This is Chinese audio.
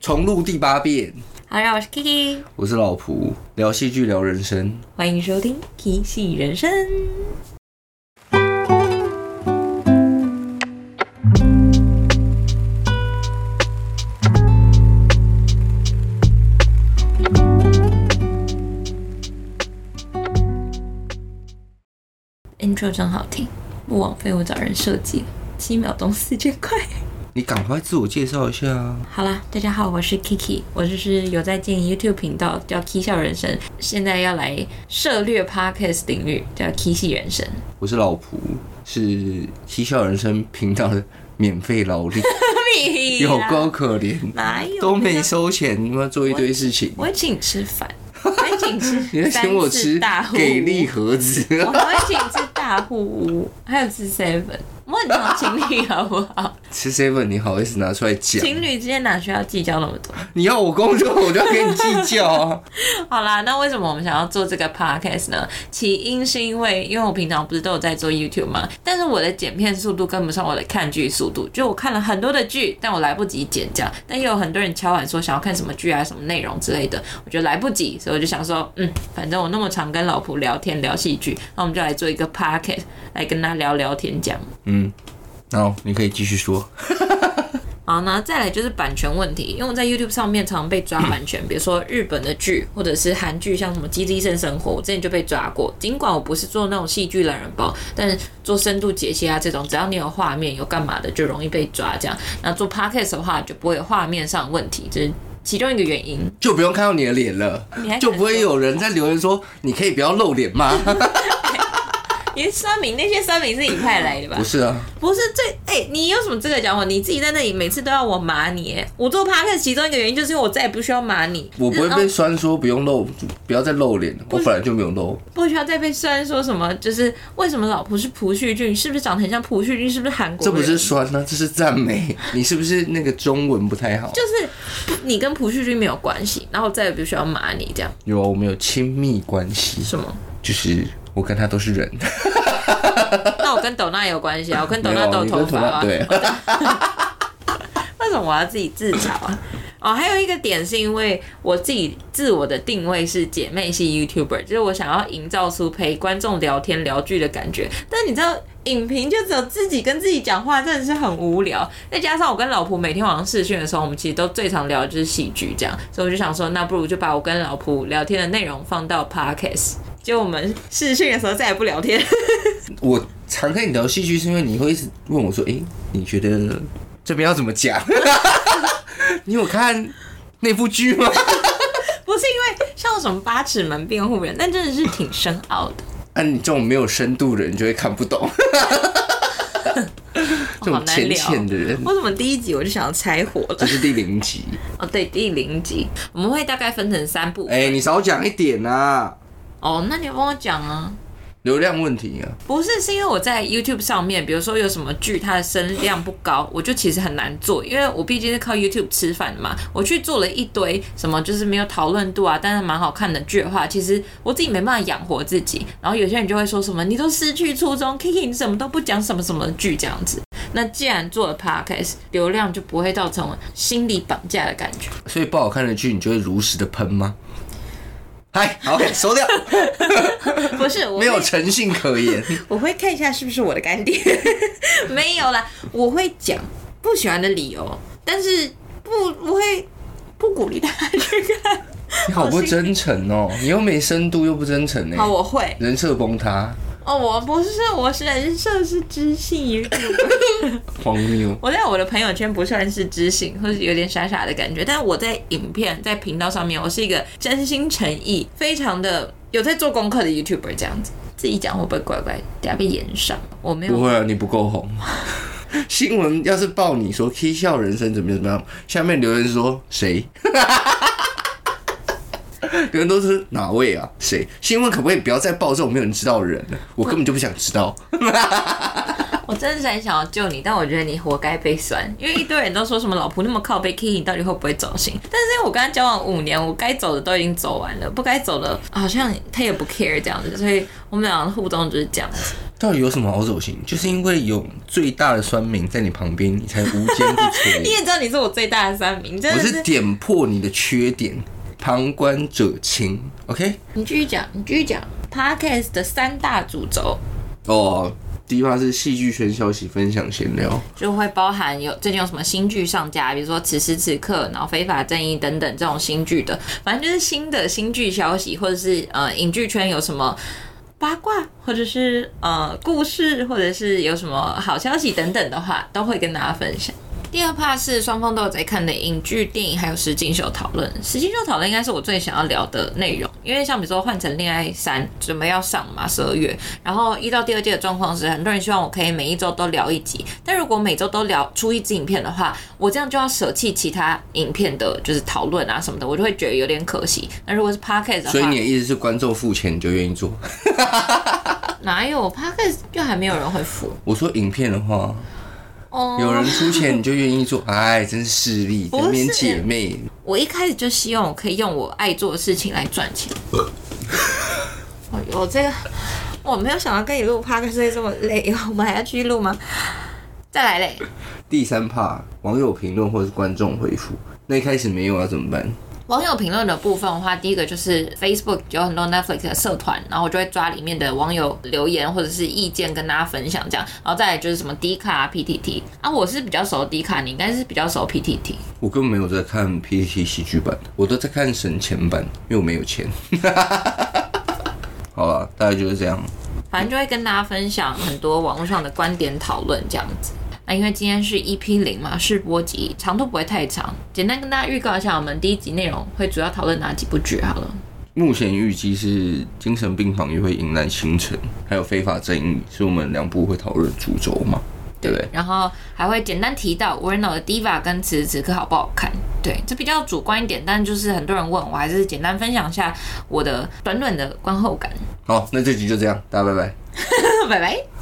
重录第八遍。好，让我是 Kiki，我是老蒲，聊戏剧，聊人生。欢迎收听《k 戏人生》。Intro 真好听，不枉费我找人设计了，七秒钟四千块。你赶快自我介绍一下啊！好啦，大家好，我是 Kiki，我就是有在经营 YouTube 频道叫 K 笑人生，现在要来涉略 Podcast 领域叫 K 系 人生。我是老蒲，是嬉笑人生频道的免费劳 力，屁啦有够可怜，哪有都没收钱，你妈做一堆事情，我会请你吃 饭，我会请你你吃在三请我次吃大户给力盒子。 我还会请你吃大户屋，还有吃 seven。我很常情侣好不 好？吃 seven 你好意思拿出来讲？情侣之间哪需要计较那么多？你要我工作，我就要跟你计较啊！ 好啦，那为什么我们想要做这个 podcast 呢？起因是因为，因为我平常不是都有在做 YouTube 吗？但是我的剪片速度跟不上我的看剧速度，就我看了很多的剧，但我来不及剪这样。但也有很多人敲碗说想要看什么剧啊、什么内容之类的，我觉得来不及，所以我就想说，嗯，反正我那么常跟老婆聊天聊戏剧，那我们就来做一个 podcast 来跟他聊聊天这样。然后你可以继续说，好，那再来就是版权问题，因为我在 YouTube 上面常被抓版权，比 如说日本的剧或者是韩剧，像什么《机智医生生活》，我之前就被抓过。尽管我不是做那种戏剧懒人包，但是做深度解析啊这种，只要你有画面有干嘛的，就容易被抓这样。那做 Podcast 的话，就不会有画面上的问题，这、是其中一个原因。就不用看到你的脸了你还，就不会敢说有人在留言说你可以不要露脸吗？ 因为酸民那些酸民是你派来的吧不？是啊，不是最哎、你有什么资格讲我？你自己在那里每次都要我骂你、哎我做 Podcast 其中一个原因就是因为我再也不需要骂你，嗯我不会被酸说不用露，不要再露脸。我本来就没有露，不需要再被酸说什么，就是为什么老婆是朴叙俊，是不是长得很像朴叙俊，是不是韩国这人？不是酸啊呢、这是赞美。 你是不是那个中文不太好？就是不你跟朴叙俊没有关系，然后我再也不需要骂你这样。有啊，我们有亲密关系，什么？就是我跟他都是人，那我跟斗娜也有关系啊，我跟斗没有娜啊斗你跟头头发啊。对， 为什么我要自己自嘲啊？哦，还有一个点是因为我自己自我的定位是姐妹系 YouTuber，就是我想要营造出陪观众聊天聊剧的感觉。但你知道，影评就只有自己跟自己讲话，真的是很无聊。再加上我跟老婆每天晚上视讯的时候，我们其实都最常聊的就是戏剧这样，所以我就想说，那不如就把我跟老婆聊天的内容放到 Podcast。就我们视讯的时候再也不聊天， 我常跟你聊戏剧，是因为你会一直问我说：“诶，你觉得这边要怎么讲？” 你有看那部剧 吗？不是因为像什么八尺门辩护人，但真的是挺深奥的。啊，你这种没有深度的人就会看不 懂， 这好种难浅聊浅的人。为什么第一集我就想要拆火了这？是第零集，哦，对，第零集我们会大概分成三部。哎、你少讲一点啊，哦，那你帮我讲啊。流量问题啊。不是，是因为我在 YouTube 上面，比如说有什么剧，它的声量不高，我就其实很难做，因为我毕竟是靠 YouTube 吃饭的嘛。我去做了一堆什么，就是没有讨论度啊，但是蛮好看的剧的话，其实我自己没办法养活自己。然后有些人就会说什么，你都失去初衷，Kiki 你怎么都不讲什么什么剧这样子。那既然做了 Podcast，流量就不会造成心理绑架的感觉。所以不好看的剧，你就会如实的喷吗？嗨，OK，收 掉， 不是，我没会有诚信可 言。我会看一下是不是我的干爹， 没有啦，我会讲不喜欢的理由，但是不不会不鼓励大家去看。你好不真诚哦，你又没深度，又不真诚呢、好，哦我会人设崩塌，哦，我不是，我是人设是知性 YouTuber 荒谬。我在我的朋友圈不算是知性，或是有点傻傻的感觉，但我在影片在频道上面，我是一个真心诚意、非常的有在做功课的 YouTuber 这样子。自己讲会不会怪怪的？等下被延上，我没有不会啊，你不够红。 新闻要是报你说 “K 笑人生”怎么样怎么样，下面留言说谁？ 留言都是哪位啊？谁？新闻可不可以不要再报这种没有人知道的人了？我根本就不想知道。我真的是很想要救你，但我觉得你活该被酸，因为一堆人都说什么老婆那么靠背 K，你到底会不会走心？但是因为我跟他交往五年，我该走的都已经啊 走完了，不该走的好像他也不 care 这样子，所以我们俩的互动就是这样子。到底有什么好走心？就是因为有最大的酸民在你旁边，你才无坚不 你摧。也知道你是我最大的三名，真我的是是。点破你的缺点，旁观者清。OK，你继续讲，你继续讲。Podcast 的三大主轴哦，第一趴是戏剧圈消息分享闲聊，就会包含有最近有什么新剧上架，比如说此时此刻，然后非法正义等等这种新剧的，反正就是新的新剧消息，或者是呃影剧圈有什么八卦，或者是呃故事，或者是有什么好消息等等的话，都会跟大家分享。第二趴是双方都有在看的影剧、电影，还有实境秀讨论。实境秀讨论应该是我最想要聊的内容，因为像比如说《换成恋爱三》准备要上嘛，十二月。然后一到第二季的状况是，很多人希望我可以每一周都聊一集，但如果每周都聊出一支影片的话，我这样就要舍弃其他影片的，就是讨论啊什么的，我就会觉得有点可惜。那如果是 podcast 的话，所以你的意思是观众付钱你就愿意做？哪有 podcast 就还没有人会付我说影片的话，哦有人出钱你就愿意做， 哎，真是势利，是这边姐妹。我一开始就希望我可以用我爱做的事情来赚钱。哎呦，这个我没有想到跟你录 podcast 会这么累，我们还要继续录吗？再来嘞，第三趴，网友评论或是观众回复，那一开始没有啊要怎么办？网友评论的部分的话，第一个就是 Facebook 有很多 Netflix 的社团，然后我就会抓里面的网友留言或者是意见跟大家分享这样，然后再来就是什么 D 卡、PTT 啊，我是比较熟 D 卡，你应该是比较熟 PTT。我根本没有在看 PPT 喜剧版，我都在看省钱版，因为我没有钱。 好了，大概就是这样。反正就会跟大家分享很多网络上的观点讨论这样子。那因为今天是 EP 零嘛，试播集，长度不会太长，简单跟大家预告一下，我们第一集内容会主要讨论哪几部剧好了。目前预计是精神病房也会迎来新城，还有非法正义，是我们两部会讨论主轴嘛，对不对？然后还会简单提到《无人岛的 Diva》跟《啊此时此刻好不好看》。对，这比较主观一点，但就是很多人问我，还是简单分享一下我的短短的观后感。好，那这集就这样，大家拜拜。拜拜。